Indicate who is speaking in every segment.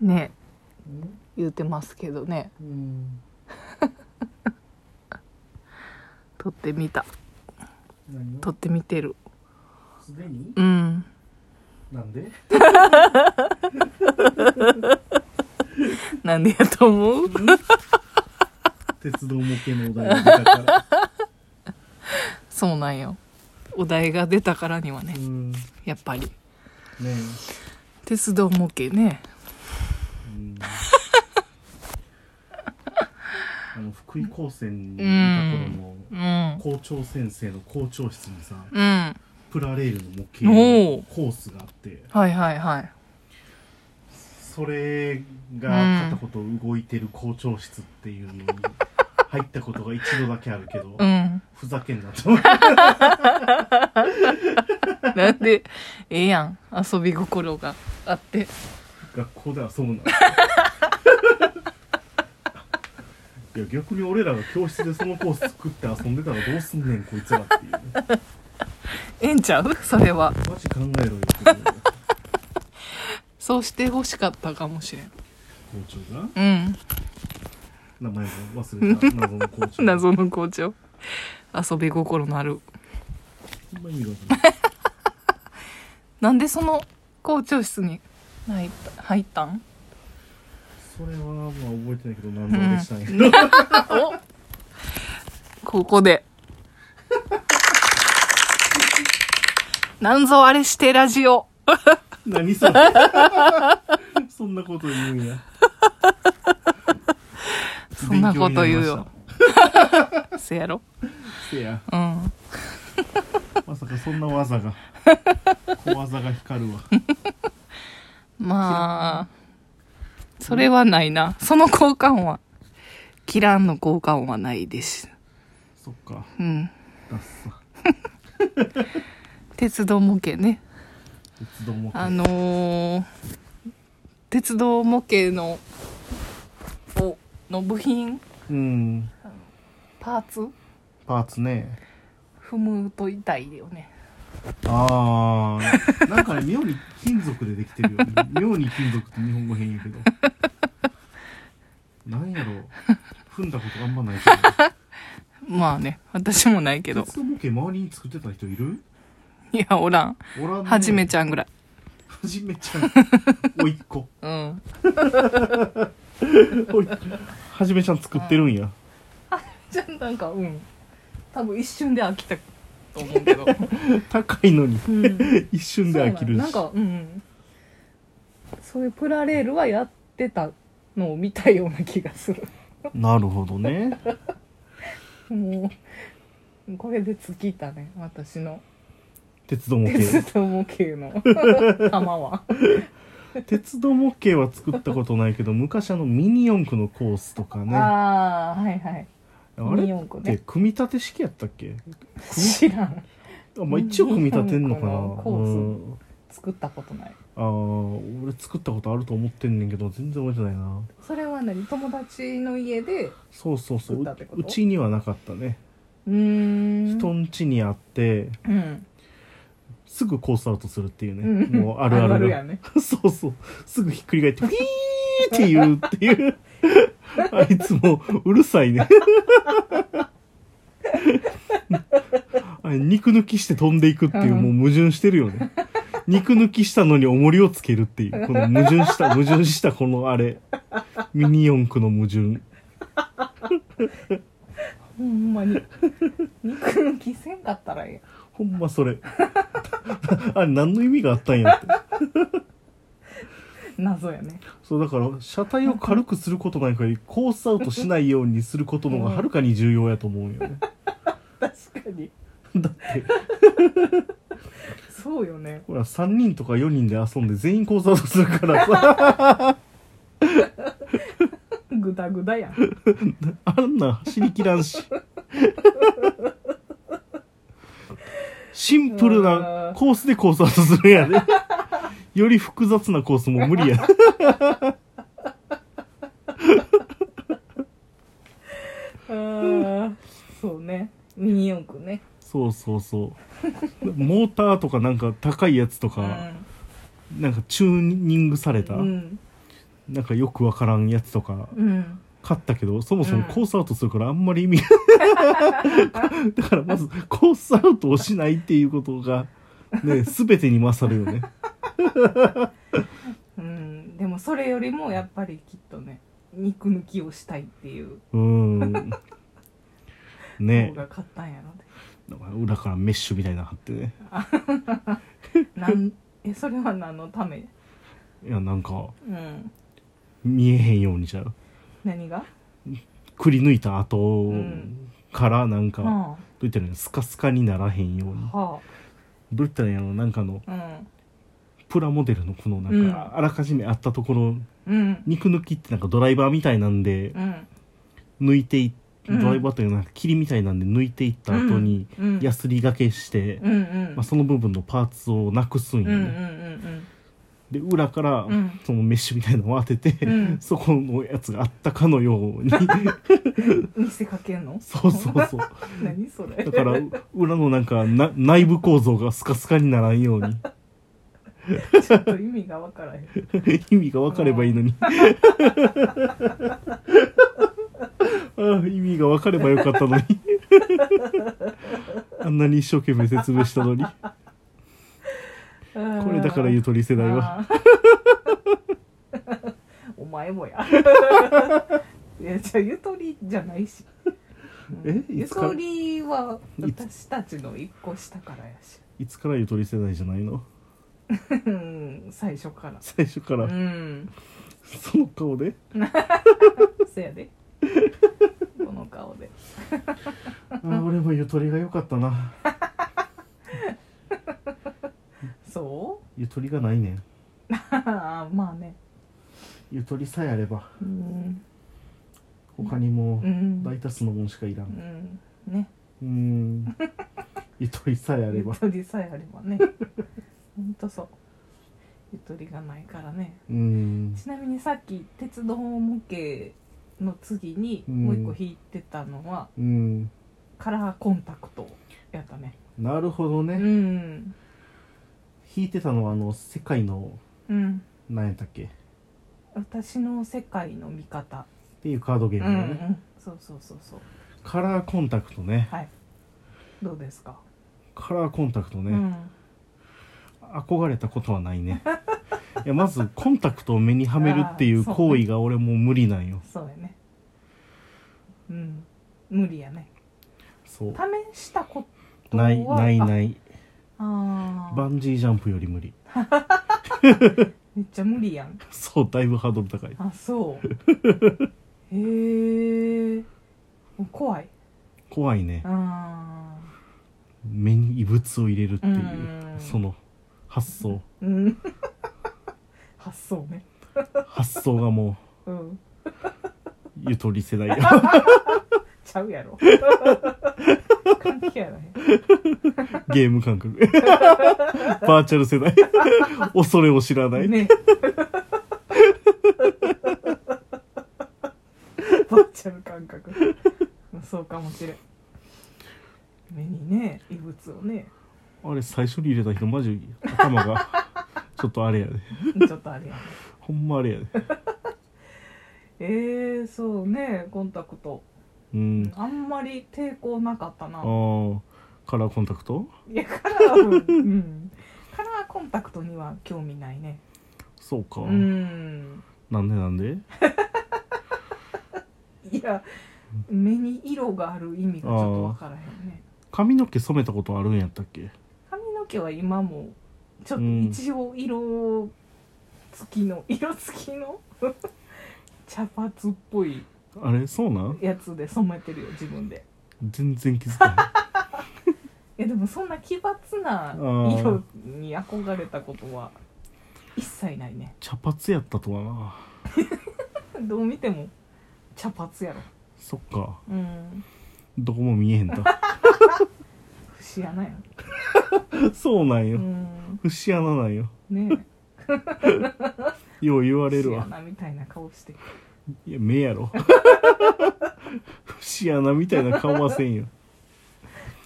Speaker 1: ね言うてますけどね
Speaker 2: うん
Speaker 1: 撮ってみた
Speaker 2: 何を
Speaker 1: 撮ってみてる
Speaker 2: すでに
Speaker 1: うん
Speaker 2: な んで
Speaker 1: なんでやと思う
Speaker 2: 鉄道模型のお題が出たから
Speaker 1: そうなんよお題が出たからにはね
Speaker 2: うんね
Speaker 1: やっぱり
Speaker 2: え
Speaker 1: 鉄道模型ね
Speaker 2: うんあの福井高専にいた頃の
Speaker 1: うん
Speaker 2: 校長先生の校長室にさ
Speaker 1: うん
Speaker 2: プラレールの模型
Speaker 1: お
Speaker 2: の
Speaker 1: ー
Speaker 2: コースがあって
Speaker 1: はいはいはい
Speaker 2: それが片言動いてる校長室っていうのに入ったことが一度だけあるけど、
Speaker 1: うん
Speaker 2: ふざけんなと思って
Speaker 1: なんでええやん遊び心があって
Speaker 2: 学校で遊 ぶないや逆に俺らが教室でそのコース作って遊んでたらどうすんねんこいつらっていうね
Speaker 1: ええんちゃうそれは
Speaker 2: マジ考えろよっていうね
Speaker 1: そうしてほしかったかもしれん
Speaker 2: 校長が
Speaker 1: うん
Speaker 2: 名前を忘れた謎の校長
Speaker 1: 謎の校長遊び心のある
Speaker 2: ほんま意味がわかんない
Speaker 1: なんでその校長室に入った入ったん
Speaker 2: それはまあ覚えてないけど何度でし たんやけど、
Speaker 1: おここで。なんぞあれしてラジオ。
Speaker 2: 何それ そんなこと言うんや
Speaker 1: そんなこと言うよ
Speaker 2: 勉
Speaker 1: せやろ。
Speaker 2: 強になりましたせや
Speaker 1: うん。
Speaker 2: まさかそんな 技が小技が光るわ
Speaker 1: まあ、それはないな。その交換は。キランの交換はないです。
Speaker 2: そっか
Speaker 1: うん。
Speaker 2: ダッサ
Speaker 1: 鉄道模型ね。
Speaker 2: 鉄道模型
Speaker 1: あのー、鉄道模型の、を、の部品、
Speaker 2: うん
Speaker 1: パーツ、
Speaker 2: パーツね
Speaker 1: 踏むと痛いよね。
Speaker 2: ああなんかね妙に金属でできてるよ ね妙に金属って日本語変やけどなんやろ踏んだことあんまないけ
Speaker 1: まあね、私もないけ
Speaker 2: ど
Speaker 1: ど。
Speaker 2: 鉄道模型周りに作ってた人いる
Speaker 1: いや、おらん。
Speaker 2: おらんね
Speaker 1: はじめちゃんぐらい。
Speaker 2: はじめちゃんおいっ子
Speaker 1: うん。
Speaker 2: おい はじめちゃん作ってるんや
Speaker 1: じゃあなんか、うん。多分一瞬で飽きたと思う けど。
Speaker 2: 高いのに
Speaker 1: うん。
Speaker 2: 一瞬で
Speaker 1: そう
Speaker 2: 飽きるし
Speaker 1: なんなんか、うん。そういうプラレールはやってたのを見たような気がする。
Speaker 2: なるほどね
Speaker 1: もう、これで尽きたね、私の。
Speaker 2: 鉄道模 型
Speaker 1: 鉄道模型の 玉は。
Speaker 2: 鉄道模型は作ったことないけど昔あのミニ四駆のコースとかねあ
Speaker 1: ああ、はいはい。
Speaker 2: れ
Speaker 1: ミニ
Speaker 2: っ
Speaker 1: 四駆
Speaker 2: て
Speaker 1: ね。
Speaker 2: 組み立て式やったっけ
Speaker 1: 知らん。
Speaker 2: あ、まあ、一応組み立てんのかな
Speaker 1: ミニ四駆のコース
Speaker 2: うん、
Speaker 1: 作ったことない。
Speaker 2: あー俺作ったことあると思ってんねんけど全然覚えてないな
Speaker 1: それは何友達の家でう
Speaker 2: そうそうそ
Speaker 1: 作
Speaker 2: う
Speaker 1: っ
Speaker 2: う
Speaker 1: たってこと
Speaker 2: うちにはなかったね、
Speaker 1: ーん
Speaker 2: 人ん家にあって
Speaker 1: うん、
Speaker 2: すぐコースアウトするっていうね、
Speaker 1: うん
Speaker 2: もうあるあるが
Speaker 1: やね
Speaker 2: そうそうすぐひっくり返ってピーって言うっていうあいつもうるさいね あれ肉抜きして飛んでいくっていう
Speaker 1: うん
Speaker 2: もう矛盾してるよね肉抜きしたのに重りをつけるっていうこの矛盾した矛盾したこのあれミニ四駆の矛盾
Speaker 1: ほんま に肉抜きせんかったらえ
Speaker 2: ほんまそれ あれ何の意味があったんやって
Speaker 1: えやん謎やね
Speaker 2: そうだから車体を軽くすることなんかよりコースアウトしないようにすることの方がはるかに重要やと思うんよね
Speaker 1: 確かに
Speaker 2: だって
Speaker 1: そうよね
Speaker 2: ほら3人とか4人で遊んで全員コースアウトするからさ
Speaker 1: グダグダやん
Speaker 2: あんなん走りきらんしシンプルなコースでコースアウトするんやでより複雑なコースも無理や
Speaker 1: あーそうねミニ四駆ね
Speaker 2: そうそうそうモーターとかなんか高いやつと
Speaker 1: う
Speaker 2: か、なんかチューニングされた、
Speaker 1: ん、
Speaker 2: なんかよくわからんやつとか
Speaker 1: うん
Speaker 2: 買ったけどそもそ
Speaker 1: う
Speaker 2: も
Speaker 1: ん
Speaker 2: コースアウトするからあんまり意味 が、だからまずコースアウトをしないっていうことがね全てに勝るよね
Speaker 1: うんでもそれよりもやっぱりきっとね肉抜きをしたいっていう
Speaker 2: うーんね
Speaker 1: 方が勝ったんやろね
Speaker 2: だから裏からメッシュみたいなの貼ってね
Speaker 1: なんえそれは何のため
Speaker 2: いやなんか
Speaker 1: うん
Speaker 2: 見えへんようにじゃう
Speaker 1: 何が
Speaker 2: くり抜いた後
Speaker 1: ん
Speaker 2: からなんか、ど
Speaker 1: は
Speaker 2: う言ったらいいのスカスカにならへんように
Speaker 1: あは
Speaker 2: どう言ったらいいのなんかあの
Speaker 1: あ
Speaker 2: プラモデルのこのなんか、あらかじめあったところ
Speaker 1: うんうん
Speaker 2: 肉抜きってなんかドライバーみたいなんで
Speaker 1: うん
Speaker 2: 抜いてい
Speaker 1: うん
Speaker 2: ドライバーというのは霧みたいなんで抜いていった後に
Speaker 1: うん
Speaker 2: やすりがけして、
Speaker 1: うんうん
Speaker 2: まあ、その部分のパーツをなくすん
Speaker 1: うん
Speaker 2: よ
Speaker 1: うんうん
Speaker 2: ね、で裏から
Speaker 1: うん
Speaker 2: そのメッシュみたいのを当てて、
Speaker 1: うん
Speaker 2: そこのやつがあったかのよう に
Speaker 1: うん見せかけんの
Speaker 2: そうそうそう
Speaker 1: 何それ
Speaker 2: だからう裏のなんかな内部構造がスカスカにならんように
Speaker 1: ちょっと意味がわからへん
Speaker 2: 意味が分かればいいのに ああ意味が分かればよかったのに あんなに一生懸命説明したのにこ
Speaker 1: こ
Speaker 2: れだからゆとり世代は
Speaker 1: あーお前もやいやじゃあゆとりじゃないし、うん
Speaker 2: えい
Speaker 1: ゆ
Speaker 2: つから
Speaker 1: とりは
Speaker 2: つ
Speaker 1: 私たちの一個下からやし
Speaker 2: いつからゆとり世代じゃないの
Speaker 1: うん最初から
Speaker 2: 最初から、
Speaker 1: うん
Speaker 2: その 顔で
Speaker 1: そやでこの顔で
Speaker 2: ああ俺もゆとりが良かったな
Speaker 1: そう
Speaker 2: ゆとりがないねん
Speaker 1: あーまあね
Speaker 2: ゆとりさえあれば
Speaker 1: うん
Speaker 2: 他にも
Speaker 1: うん
Speaker 2: 大多数のもんしかいら
Speaker 1: うんんね
Speaker 2: うーん ゆとりさえあれ
Speaker 1: ゆ
Speaker 2: ば
Speaker 1: とりさえあれば ねほんとそうゆとりがないからね
Speaker 2: うーん
Speaker 1: ちなみにさっき鉄道模型の次に
Speaker 2: うん
Speaker 1: もう一個引いてたのは、
Speaker 2: うーん
Speaker 1: カラーコンタクトやったね
Speaker 2: なるほどね、
Speaker 1: うん
Speaker 2: 弾いてたのはあの世界の
Speaker 1: うん
Speaker 2: 何やったっけっ
Speaker 1: 私の世界の見方、
Speaker 2: ていうカードゲー
Speaker 1: うんう
Speaker 2: ムだよね、
Speaker 1: んそうそうそうそう
Speaker 2: カラーコンタクトね
Speaker 1: はいどうですか、
Speaker 2: カラーコンタクトね、
Speaker 1: うん
Speaker 2: 憧れたことはないね いやまずコンタクトを目にはめるってい
Speaker 1: あ
Speaker 2: う
Speaker 1: ーそう
Speaker 2: 行為が俺もう無理なんよ
Speaker 1: そうやねうん無理やね
Speaker 2: そう
Speaker 1: 試したことは
Speaker 2: ないない
Speaker 1: い
Speaker 2: ない
Speaker 1: あ
Speaker 2: バ
Speaker 1: あ
Speaker 2: ンジージャンプより無理
Speaker 1: めっちゃ無理やん
Speaker 2: そうだいぶハードル高い
Speaker 1: あそう へえ怖い
Speaker 2: 怖いね
Speaker 1: あ
Speaker 2: 目に異物を入れるっていううんその発想
Speaker 1: ーうん 発想ね
Speaker 2: 発想がも
Speaker 1: うん
Speaker 2: うゆとり世代 や
Speaker 1: ちゃうやろ関係やない
Speaker 2: ゲーム感覚 バーチャル世代 恐れを知らない
Speaker 1: ねバーチャル感覚そうかもしれん目にね異物をね
Speaker 2: あれ最初に入れた人マジ頭がちょっとあれやで
Speaker 1: ちょっとあれやね
Speaker 2: ほんまあれやで
Speaker 1: えー、そうねコンタクト
Speaker 2: うん
Speaker 1: あんまり抵抗なかった
Speaker 2: あ
Speaker 1: な
Speaker 2: ーカラーコンタクト
Speaker 1: いやカラー、うん、カラーコンタクトには興味ないね
Speaker 2: そうか、
Speaker 1: うん
Speaker 2: なんでなんで
Speaker 1: いや目に色がある意味がちょっとわからへんね
Speaker 2: 髪の毛染めたことあるんやったっけ
Speaker 1: 髪の毛は今もちょっ
Speaker 2: う
Speaker 1: と
Speaker 2: ん
Speaker 1: 一応色付きの、色付きの 茶髪っぽい
Speaker 2: あれそうなん
Speaker 1: やつで染めてるよ自分で
Speaker 2: 全然気づ か
Speaker 1: いやでもそんな奇抜な色に憧れたことは一切ないね
Speaker 2: へん茶髪やったとはな
Speaker 1: どう見ても茶髪やろ
Speaker 2: そっか
Speaker 1: うん
Speaker 2: どこも見えへん た
Speaker 1: 節穴やん
Speaker 2: そうなん
Speaker 1: う
Speaker 2: よ
Speaker 1: ん
Speaker 2: 節穴なんよ
Speaker 1: ねえ
Speaker 2: よう言われる
Speaker 1: 節
Speaker 2: わ
Speaker 1: 穴みたいな顔して
Speaker 2: いや目や ろ節穴みたいな顔はせんよ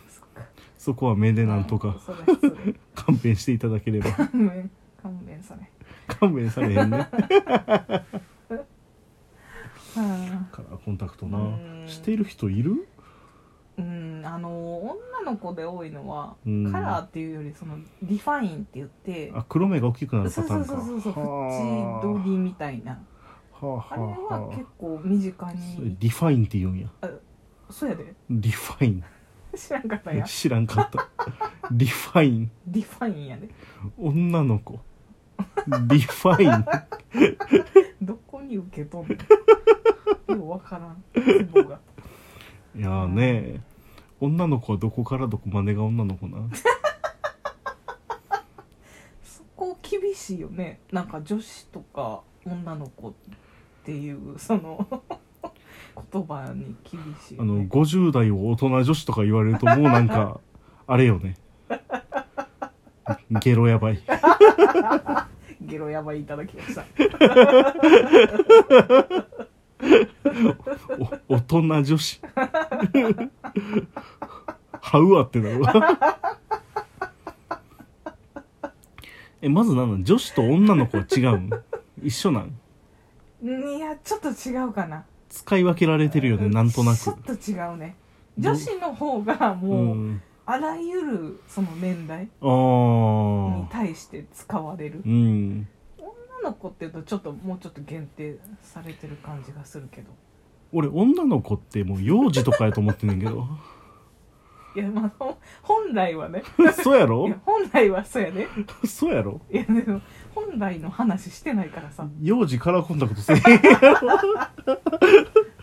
Speaker 1: そっか
Speaker 2: そこは目でなんとか
Speaker 1: それそれ
Speaker 2: 勘 弁していただければ
Speaker 1: 勘弁勘弁され
Speaker 2: 勘弁されへんねコンタクトな
Speaker 1: うん
Speaker 2: してる人いる
Speaker 1: うんあの女の子で多いのは、
Speaker 2: うん
Speaker 1: カラーっていうよりそのリファインって言って
Speaker 2: あ黒目が大きくなる
Speaker 1: そ
Speaker 2: パ
Speaker 1: う
Speaker 2: タ
Speaker 1: そ
Speaker 2: ー
Speaker 1: う
Speaker 2: ンか
Speaker 1: そうそうそう
Speaker 2: はあ
Speaker 1: 縁取りみたいな
Speaker 2: はあは
Speaker 1: あれ
Speaker 2: あ
Speaker 1: は
Speaker 2: は
Speaker 1: 結構身近
Speaker 2: あそれ
Speaker 1: に
Speaker 2: リファインって言うんや
Speaker 1: そうやで
Speaker 2: リファイン
Speaker 1: 知らんかったや
Speaker 2: 知らんかったリファイン
Speaker 1: リファインやで
Speaker 2: 女の子リファイン
Speaker 1: どこに受け取ん のようわからんツボが
Speaker 2: いやーね女の子はどこからどこまでが女の子な
Speaker 1: そこ厳しいよねなんか女子とか女の子っていうその言葉に厳しいよ
Speaker 2: あ
Speaker 1: ね、
Speaker 2: の50代を大人女子とか言われるともうなんかあれよねゲロやばい
Speaker 1: ゲロやばいいただきました
Speaker 2: お大 人女子はうわってなるわ えまずなんなん女子と女の子は違うん一緒なん
Speaker 1: んいやちょっと違うかな
Speaker 2: 使い分けられてるよねなんとな
Speaker 1: ちょ
Speaker 2: く
Speaker 1: っと違うね
Speaker 2: ど
Speaker 1: 女子の方がもう、
Speaker 2: ん、
Speaker 1: あらゆるその年代
Speaker 2: あ
Speaker 1: に
Speaker 2: あ
Speaker 1: 対して使われる
Speaker 2: うん
Speaker 1: 女の子っていうとちょっともうちょっと限定されてる感じがするけど
Speaker 2: 俺女の子ってもう幼児とかやと思ってんねんけど
Speaker 1: いやまあほん本来はね
Speaker 2: そうや
Speaker 1: い
Speaker 2: ろ
Speaker 1: や本来はそうやで、
Speaker 2: そうやろ
Speaker 1: いやでも本来の話してないからさ
Speaker 2: 幼児カラーコンタクトせえへんやろ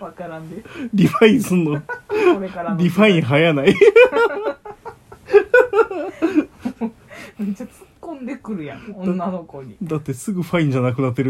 Speaker 1: わからんで
Speaker 2: リファインすんの
Speaker 1: これからの
Speaker 2: リファイン早ない
Speaker 1: めっちゃ突っ込んでくるやん女の子に
Speaker 2: だってすぐファインじゃなくなってる